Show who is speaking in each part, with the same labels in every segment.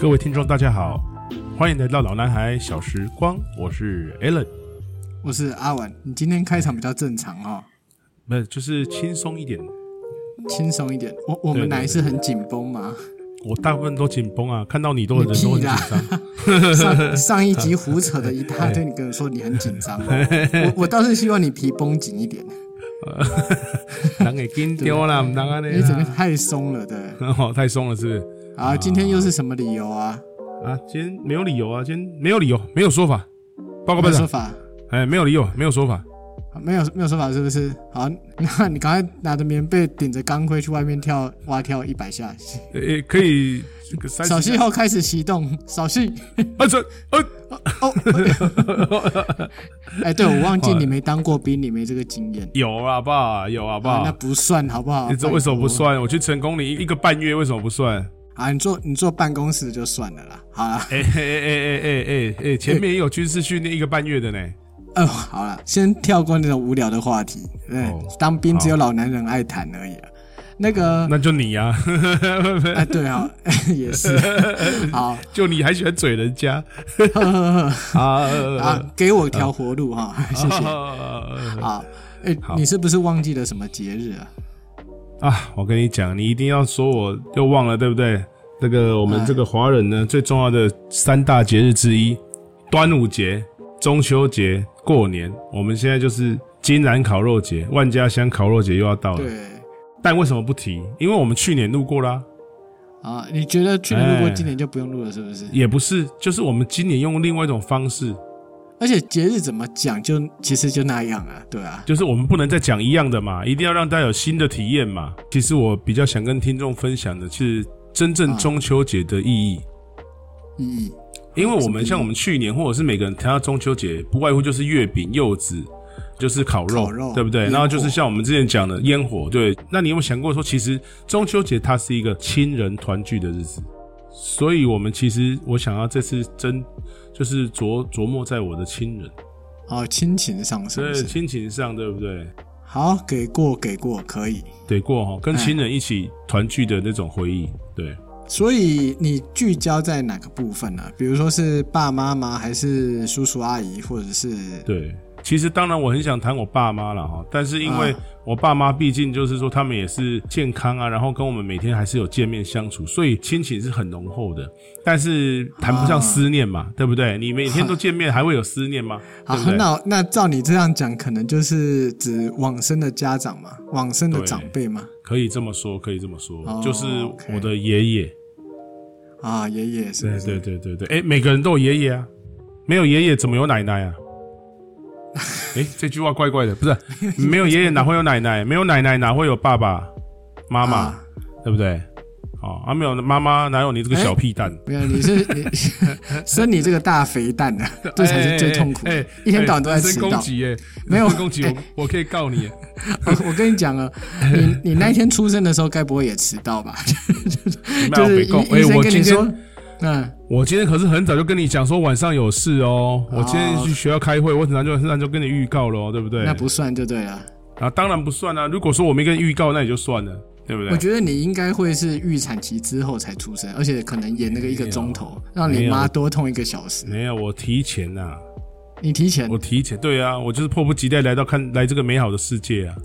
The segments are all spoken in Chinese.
Speaker 1: 各位听众，大家好，欢迎来到老男孩小时光，我是 Alan，
Speaker 2: 我是阿文。你今天开场比较正常哦，
Speaker 1: 那就是轻松一点。
Speaker 2: 轻松一点。我我
Speaker 1: 对对
Speaker 2: 们哪一次很紧绷嘛？
Speaker 1: 我大部分都紧绷啊，看到你都人都很
Speaker 2: 你
Speaker 1: 紧
Speaker 2: 屁啦
Speaker 1: 张。
Speaker 2: 上上一集胡扯的一大堆，你跟我说你很紧张，哦我我倒是希望你皮绷紧一点，
Speaker 1: 人给紧张啦，唔当安
Speaker 2: 因为整个
Speaker 1: 尼
Speaker 2: 太松了的。
Speaker 1: 哦，太松了是不是？
Speaker 2: 啊，今天又是什么理由啊？
Speaker 1: 啊，今天没有理由啊，今天没有理由，没有说法。报告
Speaker 2: 没
Speaker 1: 班
Speaker 2: 有说
Speaker 1: 长，
Speaker 2: 法，
Speaker 1: 哎，没有理由，没有说法。
Speaker 2: 啊没有没有说法是不是？好， 那你赶快拿着棉被顶着钢盔去外面跳蛙跳一百下，
Speaker 1: 也可以三
Speaker 2: 扫
Speaker 1: 十
Speaker 2: 兴后开始启动扫兴。
Speaker 1: 啊这呃
Speaker 2: 哦， 哎，对我忘记你没当过兵，你没这个经验。
Speaker 1: 有啊爸，有啊
Speaker 2: 啊，那
Speaker 1: 爸。
Speaker 2: 不算好不好？
Speaker 1: 你这为什么不
Speaker 2: 拜托
Speaker 1: 算？我去成功岭一个半月，为什么不算？
Speaker 2: 啊？你坐你坐办公室就算了啦。好啦，
Speaker 1: 哎哎哎哎哎哎哎，前面也有军事训练一个半月的呢。
Speaker 2: 哦，好啦，先跳过那种无聊的话题。对，
Speaker 1: 哦
Speaker 2: 当兵只有老男人爱谈而已啊。那个，
Speaker 1: 那就你啊呀、
Speaker 2: 哎，对啊， 也是。好，
Speaker 1: 就你还喜欢嘴人 家
Speaker 2: 呵呵呵
Speaker 1: 啊？呃
Speaker 2: 啊，给我条活 路哈，谢谢。
Speaker 1: 啊
Speaker 2: 好，哎，你是不是忘记了什么节日啊？
Speaker 1: 啊！我跟你讲，你一定要说我又忘了，对不对？这个我们这个华人
Speaker 2: 哎
Speaker 1: 呢，最重要的三大节日之一，端午节、中秋节、过年。我们现在就是金兰烤肉节、万家香烤肉节又要到了，
Speaker 2: 对
Speaker 1: 但为什么不提？因为我们去年路过啦、
Speaker 2: 啊，你觉得去年如果
Speaker 1: 哎
Speaker 2: 今年就不用录了，是不是？
Speaker 1: 也不是，就是我们今年用另外一种方式，
Speaker 2: 而且节日怎么讲，就其实就那样啊，对啊。
Speaker 1: 就是我们不能再讲一样的嘛，一定要让大家有新的体验嘛。其实我比较想跟听众分享的是真正中秋节的意义，
Speaker 2: 意
Speaker 1: 嗯
Speaker 2: 义
Speaker 1: 因为我们
Speaker 2: 嗯什么意义
Speaker 1: 像我们去年或者是每个人谈到中秋节，不外乎就是月饼、柚子，就是烤肉，
Speaker 2: 烤肉
Speaker 1: 对不对？
Speaker 2: 烟火
Speaker 1: 然后就是像我们之前讲的烟火，对。那你有没有想过说，其实中秋节它是一个亲人团聚的日子？所以，我们其实我想要这次真就是琢琢磨在我的亲人，
Speaker 2: 哦，亲情上是不
Speaker 1: 对
Speaker 2: 是？
Speaker 1: 亲情上，对不对？
Speaker 2: 好，给过给过，可以。
Speaker 1: 得过哈，跟亲人一起团聚的那种回忆。对，
Speaker 2: 所以你聚焦在哪个部分呢、比如说是爸妈吗？还是叔叔阿姨，或者是
Speaker 1: 对，其实当然我很想谈我爸妈了哈，但是因为我爸妈毕竟就是说他们也是健康啊，然后跟我们每天还是有见面相处，所以亲情是很浓厚的，但是谈不上思念嘛，对不对？你每天都见面，还会有思念吗？
Speaker 2: 啊好
Speaker 1: 对不，对？
Speaker 2: 那那照你这样讲，可能就是指往生的家长嘛，往生的长辈嘛，
Speaker 1: 可以这么说，可以这么说，
Speaker 2: 哦
Speaker 1: 就是
Speaker 2: OK
Speaker 1: 我的爷爷。
Speaker 2: 啊，爷爷是不
Speaker 1: 对
Speaker 2: 是？
Speaker 1: 对对对对，哎，每个人都有爷爷啊，没有爷爷怎么有奶 奶啊？哎，这句话怪怪的，不是没有爷爷哪会有奶奶？没有奶奶哪会有爸爸妈妈？
Speaker 2: 啊
Speaker 1: 对不对？哦，啊，没有妈妈哪有你这个小屁蛋？
Speaker 2: 没有，你是你 生你这个大肥 蛋的，这才是最痛苦的
Speaker 1: 哎哎哎
Speaker 2: 一天到晚都
Speaker 1: 哎
Speaker 2: 在
Speaker 1: 人
Speaker 2: 迟
Speaker 1: 身
Speaker 2: 到
Speaker 1: 攻。击耶，
Speaker 2: 没有
Speaker 1: 人身攻击我，我可以告 你耶。
Speaker 2: 我我跟你讲啊， 你你那天出生的时候，该不会也迟到吧？就
Speaker 1: 没有
Speaker 2: 是
Speaker 1: 被
Speaker 2: 医
Speaker 1: 告哎
Speaker 2: 医生
Speaker 1: 我
Speaker 2: 跟
Speaker 1: 今天
Speaker 2: 你说，嗯。
Speaker 1: 我今天可是很早就跟你讲说晚上有事哦，我今天去学校开会，我很早就很早就跟你预告了哦，对不对？
Speaker 2: 那不算就对了。
Speaker 1: 啊，当然不算啊。如果说我没跟你预告，那也就算了，对不对
Speaker 2: 我？觉得你应该会是预产期之后才出生，而且可能延那个一个钟头，让你妈多痛一个小时。
Speaker 1: 没有，我提前呐、啊。
Speaker 2: 你提前
Speaker 1: 我，提前对啊，我就是迫不及待来到看来这个美好的世界啊，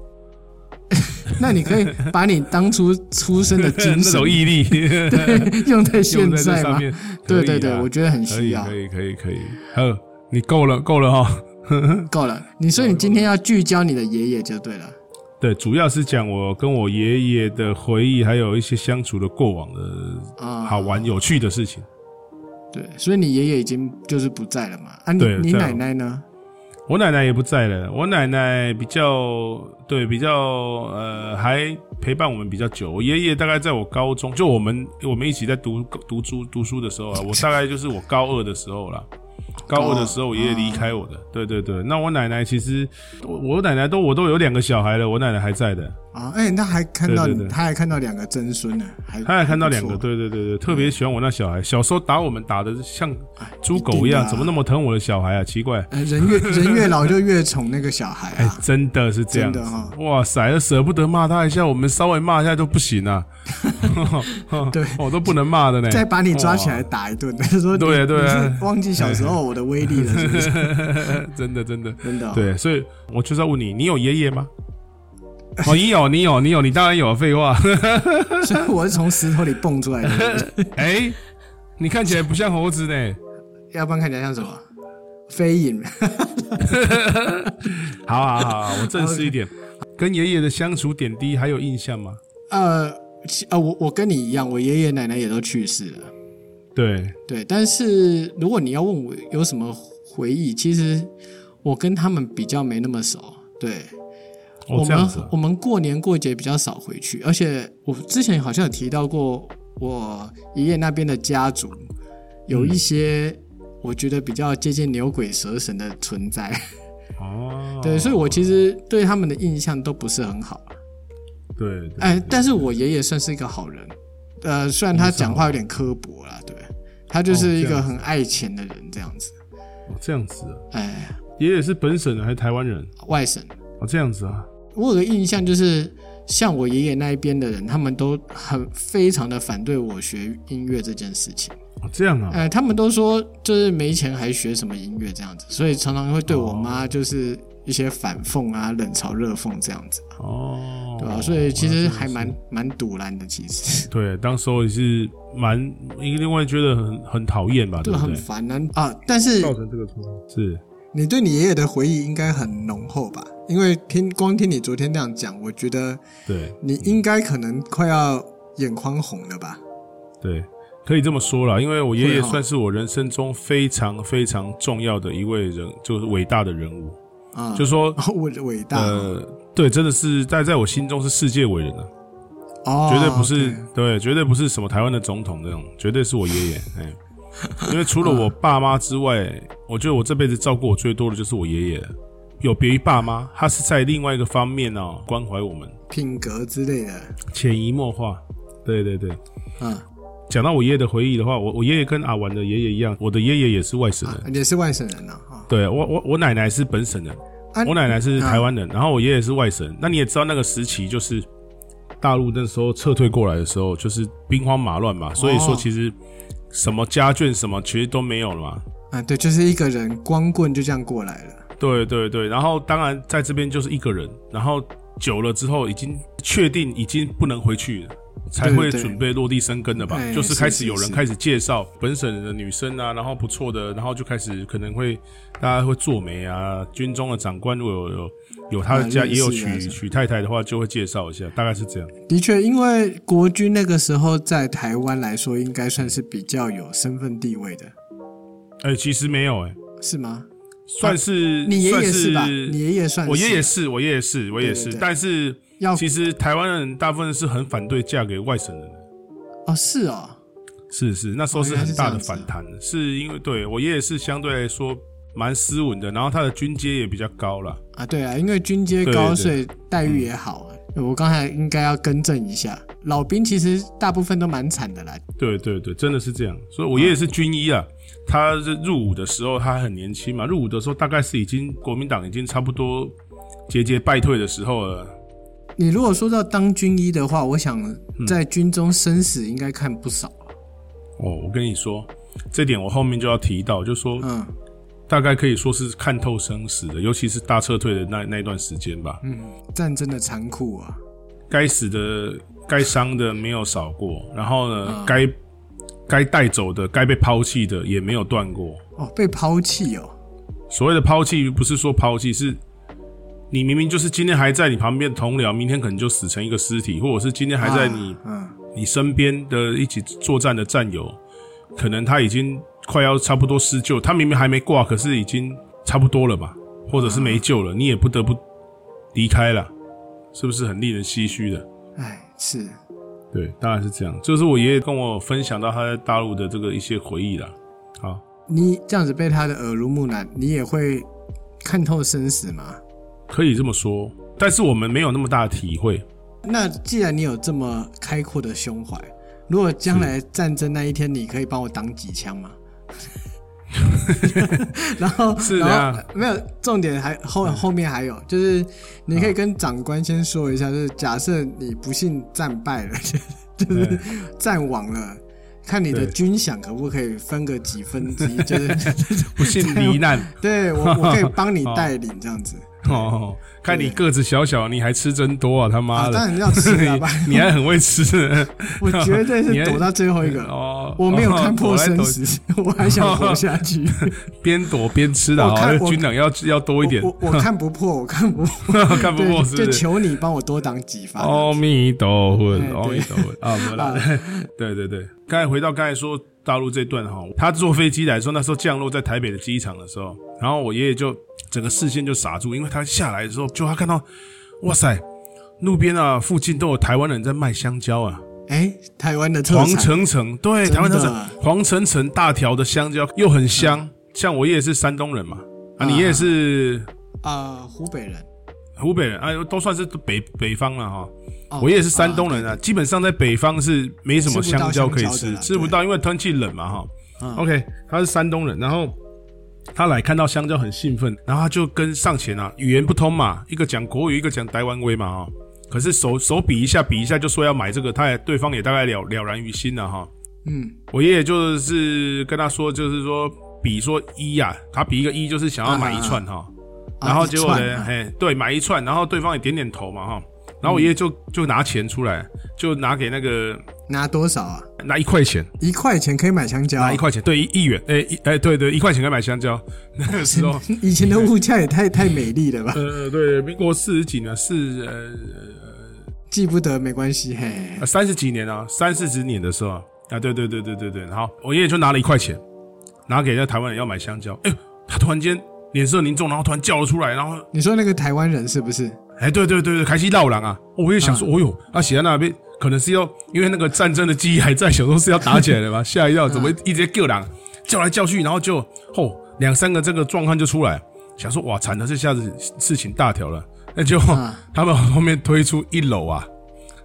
Speaker 2: 那你可以把你当初出 生的精
Speaker 1: 那
Speaker 2: 神
Speaker 1: 种毅 力
Speaker 2: 用在
Speaker 1: 用
Speaker 2: 现
Speaker 1: 在这上
Speaker 2: 吗？
Speaker 1: 面，
Speaker 2: 对对
Speaker 1: 可以
Speaker 2: 对，
Speaker 1: 啊
Speaker 2: 我觉得很
Speaker 1: 可
Speaker 2: 需
Speaker 1: 以
Speaker 2: 要
Speaker 1: 可。以可以可以，好，你够了够了哈。
Speaker 2: 够了，你所以你今天要聚焦你的爷爷就对了。
Speaker 1: 对，主要是讲我跟我爷爷的回忆，还有一些相处的过往的
Speaker 2: 啊
Speaker 1: 好玩有趣的事情。
Speaker 2: 对，所以你爷爷已经就是不在了嘛？啊，你
Speaker 1: 对
Speaker 2: 你
Speaker 1: 在了
Speaker 2: 奶奶呢？
Speaker 1: 我奶奶也不在了，我奶奶比较对比较呃，还陪伴我们比较久。我爷爷大概在我高中，就我们我们一起在读读书读书的时候 啊，我大概就是我高二的时候啦。高二的
Speaker 2: 哦
Speaker 1: 时候，我爷爷离开我的。对对对，那我奶奶其实，我我奶奶都我都有两个小孩了，我奶奶还在的，
Speaker 2: 啊，哎、那还看到
Speaker 1: 对
Speaker 2: 你，
Speaker 1: 对对
Speaker 2: 他还看到两个曾孙呢，还
Speaker 1: 她还看到两个，
Speaker 2: 还不错
Speaker 1: 对对对对，特别喜欢我那小孩。小时候打我们打的像猪
Speaker 2: 一
Speaker 1: 狗
Speaker 2: 定
Speaker 1: 一
Speaker 2: 的
Speaker 1: 样，
Speaker 2: 啊
Speaker 1: 怎么那么疼我的小孩啊？奇怪。
Speaker 2: 呃人 越人越老就越宠那个小孩
Speaker 1: 哎、
Speaker 2: 啊。
Speaker 1: 真的是这样子，
Speaker 2: 真的哈
Speaker 1: 哇塞，舍不得骂他一下，我们稍微骂一下都不行啊， 哦
Speaker 2: 对
Speaker 1: 我、都不能骂的呢。
Speaker 2: 再把你抓起来打一顿，他说你
Speaker 1: 哎对对啊
Speaker 2: 你是忘记小时候我的威力了，是 不是？
Speaker 1: 哇， 真的真的，
Speaker 2: 真的哦、
Speaker 1: 对，所以我就是要问你，你有爷爷吗？ 哦，你有，你有，你有，你当然有，废话。
Speaker 2: 所以我是从石头里蹦出来的，
Speaker 1: 哎、你看起来不像猴子呢。
Speaker 2: 要不然看起来像什么？飞影，
Speaker 1: 好好好好，我正式一 点。跟爷爷的相处点滴还有印象吗？
Speaker 2: 呃，其呃，我我跟你一样，我爷爷奶奶也都去世了。
Speaker 1: 对，
Speaker 2: 对，但是如果你要问我有什么回忆，其实我跟他们比较没那么熟。对，
Speaker 1: 哦
Speaker 2: 我
Speaker 1: 这
Speaker 2: 们
Speaker 1: 样子啊，
Speaker 2: 我们过年过节比较少回去，而且我之前好像有提到过，我爷爷那边的家族有一些
Speaker 1: 嗯
Speaker 2: 我觉得比较接近牛鬼蛇神的存在。
Speaker 1: 哦，
Speaker 2: 对，所以我其实对他们的印象都不是很好。
Speaker 1: 对，对
Speaker 2: 哎，
Speaker 1: 对
Speaker 2: 但是我爷爷算是一个好人，呃，虽然他讲话有点刻薄啦，对他就是
Speaker 1: 哦
Speaker 2: 一
Speaker 1: 这
Speaker 2: 个
Speaker 1: 样
Speaker 2: 很爱钱的人这样子。
Speaker 1: 哦这样子啊，
Speaker 2: 哎，
Speaker 1: 爷爷是本省人还是台湾人？
Speaker 2: 外省，
Speaker 1: 哦，这样子啊，
Speaker 2: 我有个印象就是，像我爷爷那一边的人，他们都很非常的反对我学音乐这件事情。
Speaker 1: 哦这样啊，
Speaker 2: 呃，他们都说就是没钱还学什么音乐这样子，所以常常会对我
Speaker 1: 哦
Speaker 2: 妈就是一些反讽啊、冷嘲热讽这样子，
Speaker 1: 哦，
Speaker 2: 对吧、啊所以其实还蛮蛮堵然的，其实。
Speaker 1: 对，当时候也是蛮，另外觉得很很讨厌吧，
Speaker 2: 对，
Speaker 1: 不
Speaker 2: 很
Speaker 1: 对？
Speaker 2: 烦啊啊！但是
Speaker 1: 成这个状况是，
Speaker 2: 你对你爷爷的回忆应该很浓厚吧？因为听光听你昨天那样讲，我觉得
Speaker 1: 对
Speaker 2: 你应该可能快要眼眶红了吧？
Speaker 1: 对，可以这么说啦，因为我爷
Speaker 2: 会啊
Speaker 1: 爷
Speaker 2: 哈
Speaker 1: 算是我人生中非常非常重要的一位人，就是伟大的人物，
Speaker 2: 啊、
Speaker 1: 就是 说，
Speaker 2: 我的伟大、
Speaker 1: 呃，对，真的是在在我心中是世界伟人啊。
Speaker 2: 哦，
Speaker 1: 绝对不是
Speaker 2: OK
Speaker 1: 对，绝对不是什么台湾的总统那种，绝对是我爷爷。哎，因为除了我爸妈之外，我觉得我这辈子照顾我最多的就是我爷爷了。有别于爸妈，他是在另外一个方面哦关怀我们，
Speaker 2: 品格之类的。
Speaker 1: 潜移默化。对对对，
Speaker 2: 嗯，
Speaker 1: 讲到我爷爷的回忆的话，我我爷爷跟阿玩的爷爷一样，我的爷爷也是外省人。
Speaker 2: 你也是外省人啊？啊
Speaker 1: 对我我我奶奶是本省人，
Speaker 2: 啊，
Speaker 1: 我奶奶是台湾人，然后我爷爷是外省人。那你也知道那个时期就是大陆那时候撤退过来的时候，就是兵荒马乱嘛，所以
Speaker 2: 哦
Speaker 1: 说其实什么家眷什么其实都没有了嘛。
Speaker 2: 啊，对，就是一个人光棍就这样过来了。
Speaker 1: 对对对，然后当然在这边就是一个人，然后久了之后已经确定已经不能回去了。才
Speaker 2: 对
Speaker 1: 会
Speaker 2: 对
Speaker 1: 准备落地生根的吧，
Speaker 2: 哎
Speaker 1: 就是
Speaker 2: 是
Speaker 1: 开
Speaker 2: 是
Speaker 1: 始有人
Speaker 2: 是
Speaker 1: 开始介绍本省的女生啊，然后不错的，然后就开始可能会大家会做媒啊，军中的长官如果有有有他的
Speaker 2: 啊
Speaker 1: 家
Speaker 2: 认
Speaker 1: 也有
Speaker 2: 识啊
Speaker 1: 娶
Speaker 2: 什么
Speaker 1: 娶太太的话，就会介绍一下，大概是这样。
Speaker 2: 的确，因为国军那个时候在台湾来说，应该算是比较有身份地位的，
Speaker 1: 哎、其实没有哎、
Speaker 2: 是吗？
Speaker 1: 算是、
Speaker 2: 啊你爷
Speaker 1: 算
Speaker 2: 爷
Speaker 1: 是
Speaker 2: 吧？你爷爷算是啊
Speaker 1: 我爷爷是我爷爷是我也
Speaker 2: 对
Speaker 1: 是，
Speaker 2: 对对
Speaker 1: 但是
Speaker 2: 要
Speaker 1: 其实台湾人大部分是很反对嫁给外省人的。
Speaker 2: 哦，是哦，
Speaker 1: 是是，那时候
Speaker 2: 哦
Speaker 1: 是
Speaker 2: 原来
Speaker 1: 很
Speaker 2: 是
Speaker 1: 大
Speaker 2: 这
Speaker 1: 的
Speaker 2: 样子啊
Speaker 1: 反弹，是因为对我爷爷是相对来说蛮斯文的，然后他的军阶也比较高啦。
Speaker 2: 啊，对啊，因为军阶
Speaker 1: 对
Speaker 2: 高，
Speaker 1: 对
Speaker 2: 所以待遇也好。啊我刚才应该要更正一下，老兵其实大部分都蛮惨的啦，
Speaker 1: 对对对，真的是这样。所以我爷爷是军医啊，他是入伍的时候他很年轻嘛，入伍的时候大概是已经国民党已经差不多节节败退的时候了。
Speaker 2: 你如果说到当军医的话，我想
Speaker 1: 嗯
Speaker 2: 在军中生死应该看不少。
Speaker 1: 哦，我跟你说，这点我后面就要提到，就说
Speaker 2: 嗯，
Speaker 1: 大概可以说是看透生死的，尤其是大撤退的那那一段时间吧。
Speaker 2: 战争的残酷啊，
Speaker 1: 该死的、该伤的没有少过，然后呢，该该带走的、该被抛弃的也没有断过。
Speaker 2: 哦，被抛弃哦，
Speaker 1: 所谓的抛弃，不是说抛弃，是你明明就是今天还在你旁边的同僚，明天可能就死成一个尸体，或者是今天还在你、
Speaker 2: 啊
Speaker 1: 你身边的一起作战的战友，可能他已经快要差不多施救，他明明还没挂，可是已经差不多了吧，或者是没救了，你也不得不离开了，是不是很令人唏嘘的？
Speaker 2: 嗯，哎，是
Speaker 1: 对，当然是这样。就是我爷爷跟我分享到他在大陆的这个一些回忆啦。好，
Speaker 2: 你这样子被他的耳濡目染，你也会看透生死吗？
Speaker 1: 可以这么说，但是我们没有那么大的体会。
Speaker 2: 那既然你有这么开阔的胸怀，如果将来战争那一天，你可以帮我挡几 枪吗？然后，
Speaker 1: 是的
Speaker 2: 然
Speaker 1: 啊嗯
Speaker 2: 后没有重点还后后面还有，就是你可以跟长官先说一下，就是假设你不幸战败了， 就是战网了。看你的
Speaker 1: 对
Speaker 2: 军饷可不可以分个几分 之一，就是
Speaker 1: 不幸罹 难
Speaker 2: 对我我可以帮你带领这样子。
Speaker 1: 哦。看你个子小小，你还吃真多啊！他妈
Speaker 2: 啊，
Speaker 1: 的，
Speaker 2: 当然要吃了吧，
Speaker 1: 你你还很会吃，
Speaker 2: 我绝对
Speaker 1: 你
Speaker 2: 是
Speaker 1: 还
Speaker 2: 躲到最后一个。
Speaker 1: 哦。
Speaker 2: 我没有看破
Speaker 1: 躲哦来
Speaker 2: 生
Speaker 1: 躲
Speaker 2: 死，我还想活下去。
Speaker 1: 边躲边吃的
Speaker 2: 我
Speaker 1: 啊，
Speaker 2: 看
Speaker 1: 那
Speaker 2: 我
Speaker 1: 军粮要要 多一点
Speaker 2: 我， 我我看不破，我看不破，
Speaker 1: 看不过是
Speaker 2: 对，
Speaker 1: 不？
Speaker 2: 就是求你帮我多挡几发。啊
Speaker 1: 阿弥陀佛，
Speaker 2: 哎对
Speaker 1: 阿弥陀佛啊！没有啦，对对对。刚才回到刚才说大陆这段哈，他坐飞机来说，那时候降落在台北的机场的时候，然后我爷爷就整个视线就傻住，因为他下来的时候，就他看到，哇塞，路边啊附近都有台湾人在卖香蕉啊，
Speaker 2: 哎，台湾的特
Speaker 1: 黄
Speaker 2: 产
Speaker 1: 橙橙，对，
Speaker 2: 真的嗯
Speaker 1: 台湾特产黄橙橙大条的香蕉又很香，像我爷爷是山东人嘛，啊，你爷爷是
Speaker 2: 啊，湖北人。
Speaker 1: 湖北人啊，都算是北北方了哈。
Speaker 2: 哦
Speaker 1: 我也是山东人啊，基本上在北方是没什么香蕉可以
Speaker 2: 吃不到香蕉
Speaker 1: 吃
Speaker 2: 的，啦
Speaker 1: 吃不到，因为天气冷嘛哈。
Speaker 2: 嗯
Speaker 1: OK，他是山东人，然后他来看到香蕉很兴奋，然后他就跟上前啊，语言不通嘛，一个讲国语，一个讲台湾威嘛哈。可是手手比一下比一下，就说要买这个，他也对方也大概了了然于心了哈。
Speaker 2: 嗯，
Speaker 1: 我爷爷就是跟他说，就是说比说一呀、他比一个一，就是想要买一串哈。
Speaker 2: 啊
Speaker 1: 然后结果
Speaker 2: 一串
Speaker 1: 呢，
Speaker 2: 啊
Speaker 1: 嘿，对，买一串，然后对方也点点头嘛哈，然后我爷爷就就拿钱出来，就拿给那个
Speaker 2: 拿多少啊？
Speaker 1: 拿一块钱，
Speaker 2: 一块钱可以买香蕉啊
Speaker 1: 拿一。块钱，对，一一元，哎一哎对对，一块钱可以买香蕉， 那个时候，
Speaker 2: 以前的物价也太太美丽了吧？
Speaker 1: 呃对，民国四十几年，是呃
Speaker 2: 记不得没关系，嘿
Speaker 1: 呃，三十几年啊，三四十年的时候啊，啊对对对对对对，然后我爷爷就拿了一块钱，拿给那台湾人要买香蕉，哎，他突然间脸色凝重，然后突然叫了出来，然后
Speaker 2: 你说那个台湾人是 不是？
Speaker 1: 哎，对对对对，凯西绕狼啊！我也想
Speaker 2: 嗯
Speaker 1: 说，哦呦，他写在那边，可能是要因为那个战争的记忆还在，想说是要打起来了 吧？吓一跳，怎
Speaker 2: 嗯
Speaker 1: 么一直叫狼，叫来叫去，然后就哦，两三个这个壮汉就出来，想说哇，惨了，这下子事情大条了。那就、
Speaker 2: 嗯
Speaker 1: 他们后面推出一篓啊，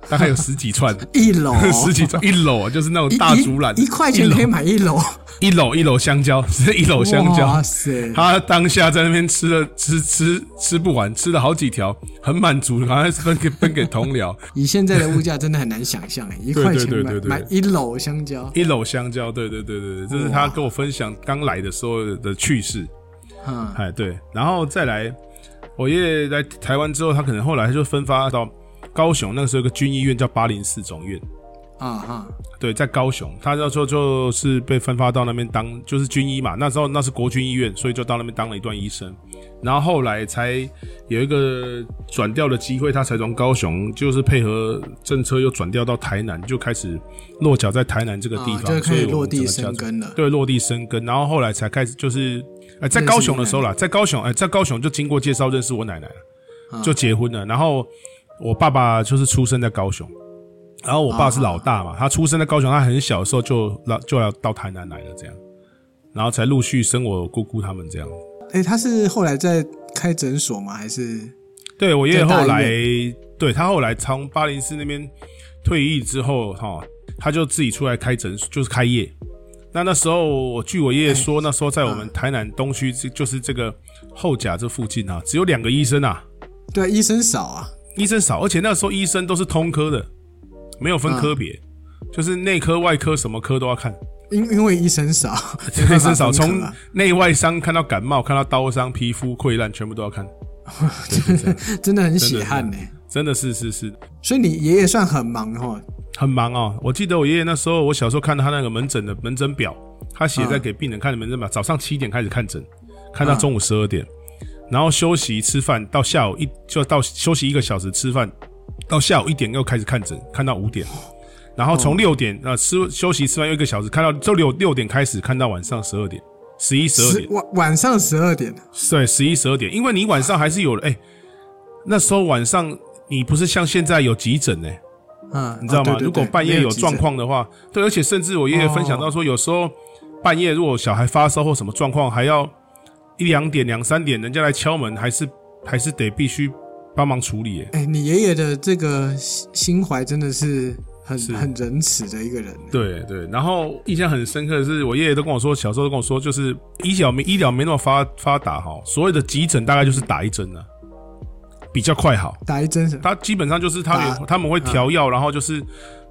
Speaker 1: 大概有十几 串，
Speaker 2: 一楼
Speaker 1: 十几串一篓啊，就是那
Speaker 2: 哦一
Speaker 1: 种大竹篮，
Speaker 2: 一一块钱
Speaker 1: 一篓
Speaker 2: 可以买一楼
Speaker 1: 一篓一篓香蕉，是一篓香蕉，
Speaker 2: 哇塞！
Speaker 1: 他当下在那边吃了吃吃吃不完，吃了好几条，很满足，然后分给分给同僚
Speaker 2: 以现在的物价真的很难想象，哎，一块钱
Speaker 1: 对对
Speaker 2: 买
Speaker 1: 对对对
Speaker 2: 买一篓香蕉，
Speaker 1: 一篓香蕉。对对对对对，这是他跟我分享刚来的时候的趣事。
Speaker 2: 嗯，
Speaker 1: 哎，对，然后再来，我爷爷来台湾之后，他可能后来就分发到高雄，那个时候有个军医院叫八零四总院。
Speaker 2: 啊哈，
Speaker 1: 对，在高雄，他那时候就是被分发到那边当就是军医嘛，那时候那是国军医院，所以就到那边当了一段医生，然后后来才有一个转调的机会，他才从高雄就是配合政策又转调到台南，就开始落脚在台南这个地
Speaker 2: 啊，
Speaker 1: 方，
Speaker 2: 就
Speaker 1: 所
Speaker 2: 可以
Speaker 1: 以我
Speaker 2: 落
Speaker 1: 们整个
Speaker 2: 地
Speaker 1: 家
Speaker 2: 生
Speaker 1: 族
Speaker 2: 根了。
Speaker 1: 对落地生根，然后后来才开始就是呃在高雄的时候啦，在高雄哎、在高雄就经过介绍认识我奶奶了，就结婚了，然后我爸爸就是出生在高雄。然后我爸是老大嘛，他出生在高雄，他很小的时候就老就要到台南来了，这样，然后才陆续生我姑姑他们这样。
Speaker 2: 哎，他是后来在开诊所吗？还是
Speaker 1: 对我爷爷
Speaker 2: 在大
Speaker 1: 后
Speaker 2: 医
Speaker 1: 来，对他后来从八零四那边退役之后，哈、他就自己出来开诊所，就是开业。那那时候，我据我爷爷说，那时候在我们台南东区，这就是这个后甲这附近啊，只有两个医生啊，
Speaker 2: 对医生少啊？
Speaker 1: 医生少，而且那时候医生都是通科的，没有分科别，就是内科、外科什么科都要看。
Speaker 2: 因因为医生少，
Speaker 1: 医生少，
Speaker 2: 没办法分
Speaker 1: 从
Speaker 2: 科啊
Speaker 1: 内外伤看到感冒，看到刀伤、皮肤溃烂，全部都要看，
Speaker 2: 真的很血汗呢。
Speaker 1: 真的是是是。
Speaker 2: 所以你爷爷算很忙哦，
Speaker 1: 很忙哦。我记得我爷爷那时候，我小时候看他那个门诊的门诊表，他写在给病人看的门诊表，早上七点开始看诊，看到中午十二点，然后休息吃饭，到下午一就到休息一个小时吃饭，到下午一点又开始看诊，看到五点，然后从六点啊、呃吃休息吃完又一个小时，看到就六六点开始看到晚上十二点，十一十二点
Speaker 2: 十。晚晚上十二点，
Speaker 1: 对，十一十二点，因为你晚上还是有哎、那时候晚上你不是像现在有急诊呢、
Speaker 2: 嗯，
Speaker 1: 你知道吗？
Speaker 2: 哦对对对
Speaker 1: 如果半夜
Speaker 2: 没
Speaker 1: 有
Speaker 2: 急诊哦
Speaker 1: 状况的话，对，而且甚至我爷爷分享到说，有时候半夜如果小孩发烧或什么状况，还要一两点、两三点人家来敲门，还是还是得必须帮忙处理耶。
Speaker 2: 哎、你爷爷的这个心心怀真的是很很仁慈的一个人。
Speaker 1: 对对，然后印象很深刻的是，我爷爷都跟我说，小时候都跟我说，就是医疗没医疗没那么发发达哈，所有的急诊大概就是打一针啊，比较快好。
Speaker 2: 打一针什么？
Speaker 1: 他基本上就是他
Speaker 2: 打嗯
Speaker 1: 有他们会调药，然后就是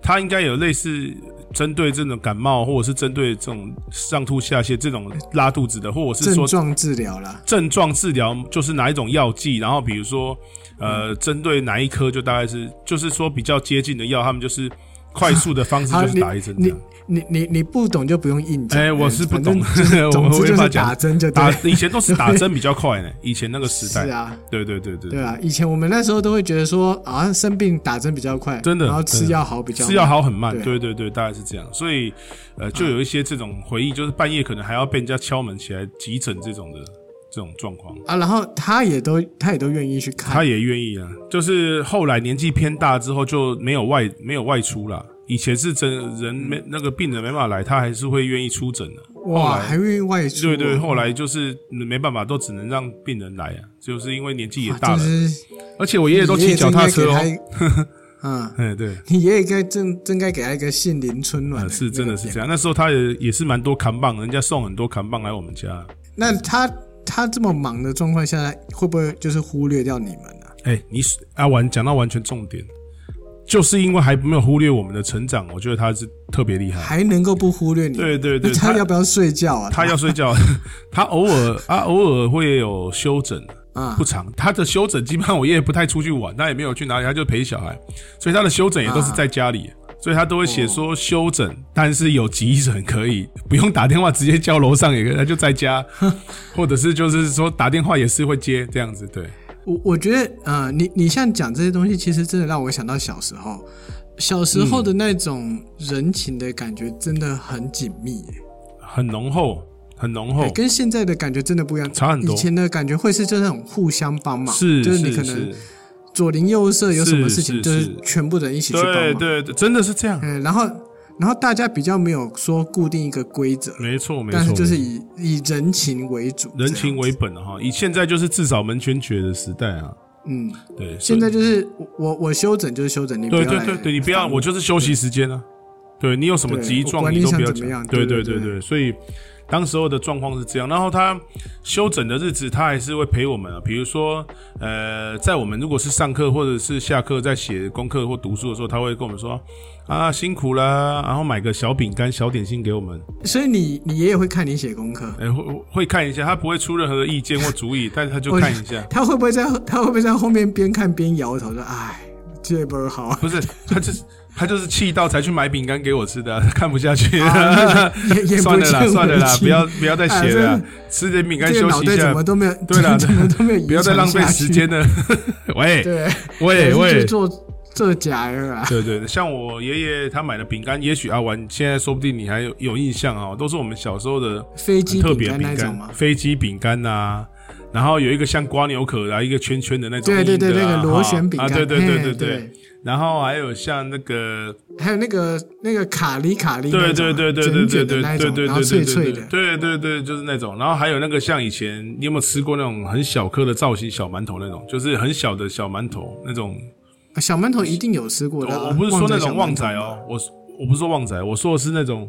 Speaker 1: 他应该有类似针对这种感冒，或者是针对这种上吐下泻这种拉肚子的，或者是
Speaker 2: 症
Speaker 1: 说
Speaker 2: 状治疗啦，
Speaker 1: 症状治疗就是哪一种药剂，然后比如说呃，
Speaker 2: 嗯
Speaker 1: 针对哪一科就大概是就是说比较接近的药，他们就是快速的 方式
Speaker 2: 好，
Speaker 1: 就是
Speaker 2: 你
Speaker 1: 打一针这
Speaker 2: 啊你
Speaker 1: 样。
Speaker 2: 你你你不懂就不用硬讲。
Speaker 1: 哎，我是不
Speaker 2: 反正
Speaker 1: 懂，
Speaker 2: 总
Speaker 1: 我
Speaker 2: 之
Speaker 1: 我
Speaker 2: 就
Speaker 1: 没
Speaker 2: 是
Speaker 1: 法讲
Speaker 2: 打。针就对
Speaker 1: 打以前都是打针比较快呢，以前那个时
Speaker 2: 是
Speaker 1: 代，
Speaker 2: 啊，
Speaker 1: 对对对对
Speaker 2: 对啊，以前我们那时候都会觉得说啊，生病打针比较快，
Speaker 1: 真的
Speaker 2: 然后
Speaker 1: 真
Speaker 2: 吃
Speaker 1: 的
Speaker 2: 药好比较
Speaker 1: 是要好很慢，对
Speaker 2: 对
Speaker 1: 对对，大概是这样。所以，呃，就有一些这种回忆，就是半夜可能还要被人家敲门起来急诊这种的这种状况，
Speaker 2: 啊，然后他也都他也都愿意去看
Speaker 1: 他，也愿意啊。就是后来年纪偏大之后就没有外没有外出啦。以前是真人没那个病人没办法来，他还是会愿意出诊的、后
Speaker 2: 哇，
Speaker 1: 来
Speaker 2: 还愿意外出
Speaker 1: 对
Speaker 2: 哦，
Speaker 1: 对，后来就是没办法，都只能让病人来啊，就是因为年纪也
Speaker 2: 哇
Speaker 1: 大了
Speaker 2: 真，是
Speaker 1: 而且我爷爷都骑脚踏车哦。
Speaker 2: 你爷爷真应该给他一。 嗯，
Speaker 1: 嗯，对，
Speaker 2: 你爷爷应该真真该给他一个杏林春暖
Speaker 1: 呃
Speaker 2: 的
Speaker 1: 是真的是
Speaker 2: 那个
Speaker 1: 这样。那时候他也也是蛮多扛棒，人家送很多扛棒来我们家。
Speaker 2: 点。那他他这么忙的状况下，会不会就是忽略掉你们呢、啊？
Speaker 1: 哎、你是阿完讲到完全重点，就是因为还没有忽略我们的成长，我觉得他是特别厉害。
Speaker 2: 还能够不忽略你？
Speaker 1: 对对对，
Speaker 2: 那他
Speaker 1: 他
Speaker 2: 要不要睡觉啊？
Speaker 1: 他要睡觉， 他偶尔啊偶尔会有休整，
Speaker 2: 啊
Speaker 1: 不长。他的休整基本上我也不太出去玩，他也没有去哪里，他就陪小孩，所以他的休整也
Speaker 2: 嗯
Speaker 1: 都是在家里。所以他都会写
Speaker 2: 哦
Speaker 1: 说休整，但是有急诊可以不用打电话，直接叫楼上也可以，他就在 家，或者是就是说打电话也是会接这样子，对。
Speaker 2: 我我觉得，呃，你你像讲这些东西，其实真的让我想到小时候，小时
Speaker 1: 嗯
Speaker 2: 候的那种人情的感觉真的很紧密耶、
Speaker 1: 很浓厚，很浓厚
Speaker 2: 对，哎跟现在的感觉真的不一样，
Speaker 1: 哦差很多
Speaker 2: 以前的感觉会是这种互相帮忙，
Speaker 1: 是
Speaker 2: 就是你
Speaker 1: 是
Speaker 2: 可能
Speaker 1: 是，
Speaker 2: 左邻右舍有什么事
Speaker 1: 是
Speaker 2: 情，
Speaker 1: 是
Speaker 2: 就是全部人一起去帮
Speaker 1: 对
Speaker 2: 忙。
Speaker 1: 对对，真的是这样，
Speaker 2: 嗯，然后然后大家比较没有说固定一个规则，
Speaker 1: 没错没错，
Speaker 2: 但是就是
Speaker 1: 没错
Speaker 2: 以以人情为主，
Speaker 1: 人情
Speaker 2: 这样
Speaker 1: 为本的哈，以现在就是至少门全绝的时代啊，
Speaker 2: 嗯，
Speaker 1: 对，
Speaker 2: 现在
Speaker 1: 所
Speaker 2: 就是我我我休整就是休整，你
Speaker 1: 以
Speaker 2: 不
Speaker 1: 对
Speaker 2: 要
Speaker 1: 对
Speaker 2: 来
Speaker 1: 对对，你不要，我就是休息时间啊，对你有什么
Speaker 2: 对
Speaker 1: 急
Speaker 2: 我
Speaker 1: 状
Speaker 2: 管
Speaker 1: 你
Speaker 2: 你
Speaker 1: 都不
Speaker 2: 想
Speaker 1: 要
Speaker 2: 怎么
Speaker 1: 讲，
Speaker 2: 样
Speaker 1: 对
Speaker 2: 对
Speaker 1: 对
Speaker 2: 对
Speaker 1: 对，所以。当时候的状况是这样，然后他休整的日子，他还是会陪我们啊。比如说，呃，在我们如果是上课或者是下课，在写功课或读书的时候，他会跟我们说啊辛苦啦，然后买个小饼干、小点心给我们。
Speaker 2: 所以你你爷爷会看你写功课，。
Speaker 1: 哎、会会看一下，他不会出任何的意见或主意，但是他就看一下
Speaker 2: 他会不会在他会不会在后面边看边摇头说：“哎，这本儿 好。
Speaker 1: 不是，他就是他就是气到才去买饼干给我吃的啊、 看不下去、
Speaker 2: 啊也 也不
Speaker 1: 算了啦，
Speaker 2: 见
Speaker 1: 算了啦
Speaker 2: 为，净
Speaker 1: 不要不要再写了啦、
Speaker 2: 啊
Speaker 1: 吃点”饼干
Speaker 2: 这个
Speaker 1: 休
Speaker 2: 脑
Speaker 1: 息一
Speaker 2: 袋
Speaker 1: 下
Speaker 2: 怎，么都没有，
Speaker 1: 对啦
Speaker 2: 怎么都没有，
Speaker 1: 不要再浪费时。间了。 喂
Speaker 2: 对，
Speaker 1: 喂
Speaker 2: 还是去
Speaker 1: 喂，
Speaker 2: 做做假儿啊！
Speaker 1: 对对，对像我爷爷他买的饼干，也许阿玩现在说不定你还有有印象啊、都是我们小时候的
Speaker 2: 飞机
Speaker 1: 特
Speaker 2: 饼
Speaker 1: 别
Speaker 2: 干那
Speaker 1: 饼
Speaker 2: 种
Speaker 1: 干，
Speaker 2: 嘛，
Speaker 1: 飞机饼干呐、然后有一个像瓜牛壳啊，一个圈圈的那种
Speaker 2: 对
Speaker 1: 硬的啊、
Speaker 2: 对对，那个螺旋饼干，
Speaker 1: 啊，对对对
Speaker 2: 嘿
Speaker 1: 对
Speaker 2: 对
Speaker 1: 对。，然后还有像那个，
Speaker 2: 还有那个那个卡里卡里
Speaker 1: 对
Speaker 2: 那种
Speaker 1: 对对对
Speaker 2: 啊，
Speaker 1: 对对对
Speaker 2: 卷卷的
Speaker 1: 对
Speaker 2: 那
Speaker 1: 对对
Speaker 2: 种，然后
Speaker 1: 对
Speaker 2: 脆
Speaker 1: 对
Speaker 2: 脆
Speaker 1: 对对
Speaker 2: 的，
Speaker 1: 对对，就是那种。然后还有那个像以前，你有没有吃过那种很小颗的造型小馒头那种，就是很小的小馒头那种？
Speaker 2: 小馒头一定有吃过的啊。
Speaker 1: 哦我我不是说那种旺
Speaker 2: 旺
Speaker 1: 仔
Speaker 2: 仔小馒头
Speaker 1: 哦，我我不是说旺仔，我说的是那种。